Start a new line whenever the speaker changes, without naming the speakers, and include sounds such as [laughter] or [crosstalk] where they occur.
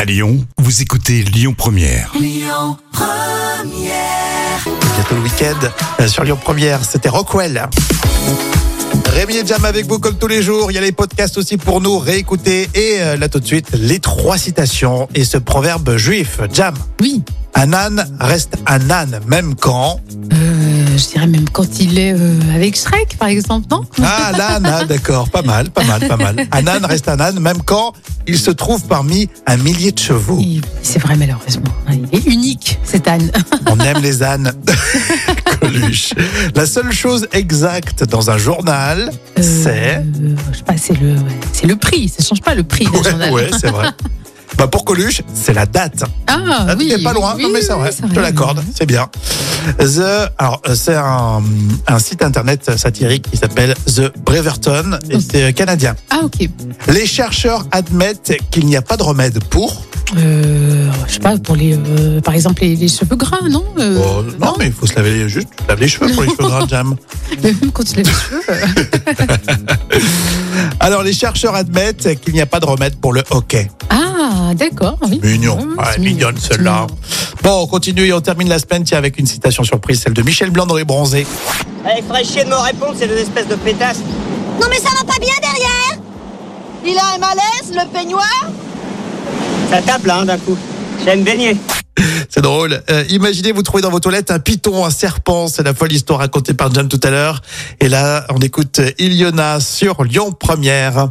À Lyon, vous écoutez Lyon Première.
C'est bientôt le week-end euh, sur Lyon Première. C'était Rockwell. Rémi et Jam avec vous comme tous les jours. Il y a les podcasts aussi pour nous réécouter. Et euh, là tout de suite, les trois citations et ce proverbe juif. Jam.
Oui.
Un âne reste un âne, même quand.
Euh, je dirais même quand il est euh, avec Shrek, par exemple, non
Ah, l'âne, ah, d'accord. Pas mal, pas mal, pas mal. Un âne reste un âne, même quand il se trouve parmi un millier de chevaux.
Il- C'est vrai, malheureusement. hein, Il est unique, cet âne.
On aime les ânes. [laughs] Coluche. La seule chose exacte dans un journal,
Euh,
c'est.
Je sais pas, c'est le, c'est le prix. Ça change pas le prix d'un
Ouais,
journal.
ouais, c'est vrai. Bah pour Coluche, c'est la date.
Ah,
Ah,
oui.
t'es pas loin,
oui,
non mais c'est
oui,
vrai,
oui,
je te l'accorde, c'est bien. The, alors euh, c'est un, un site internet satirique qui s'appelle The Breverton
Oh.
et c'est euh, canadien.
Ah, ok.
Les chercheurs admettent qu'il n'y a pas de remède pour.
Euh, je sais pas, pour les, euh, par exemple, les, les cheveux gras, non Euh,
Oh, non mais il faut se laver juste, se laver les cheveux pour les cheveux gras,
[laughs]
Jam.
Mais [laughs] même quand il est.
Alors les chercheurs admettent qu'il n'y a pas de remède pour le hockey.
Ah, d'accord. Oui.
Mignon,
Ouais,
Ouais,
c'est
mignonne
mignon.
celle-là. Bon, on continue et on termine la semaine tiens, avec une citation surprise, celle de Michel Blanc dans les bronzés.
Allez, faudrait chier de me répondre, c'est deux espèces de pétasses.
Non mais ça va pas bien derrière Il a un malaise, le peignoir
Ça tape là, hein, d'un coup. J'aime baigner.
C'est drôle. Euh, imaginez vous trouvez dans vos toilettes un python, un serpent. C'est la folle histoire racontée par Jam tout à l'heure. Et là, on écoute Iliona sur Lyon Première.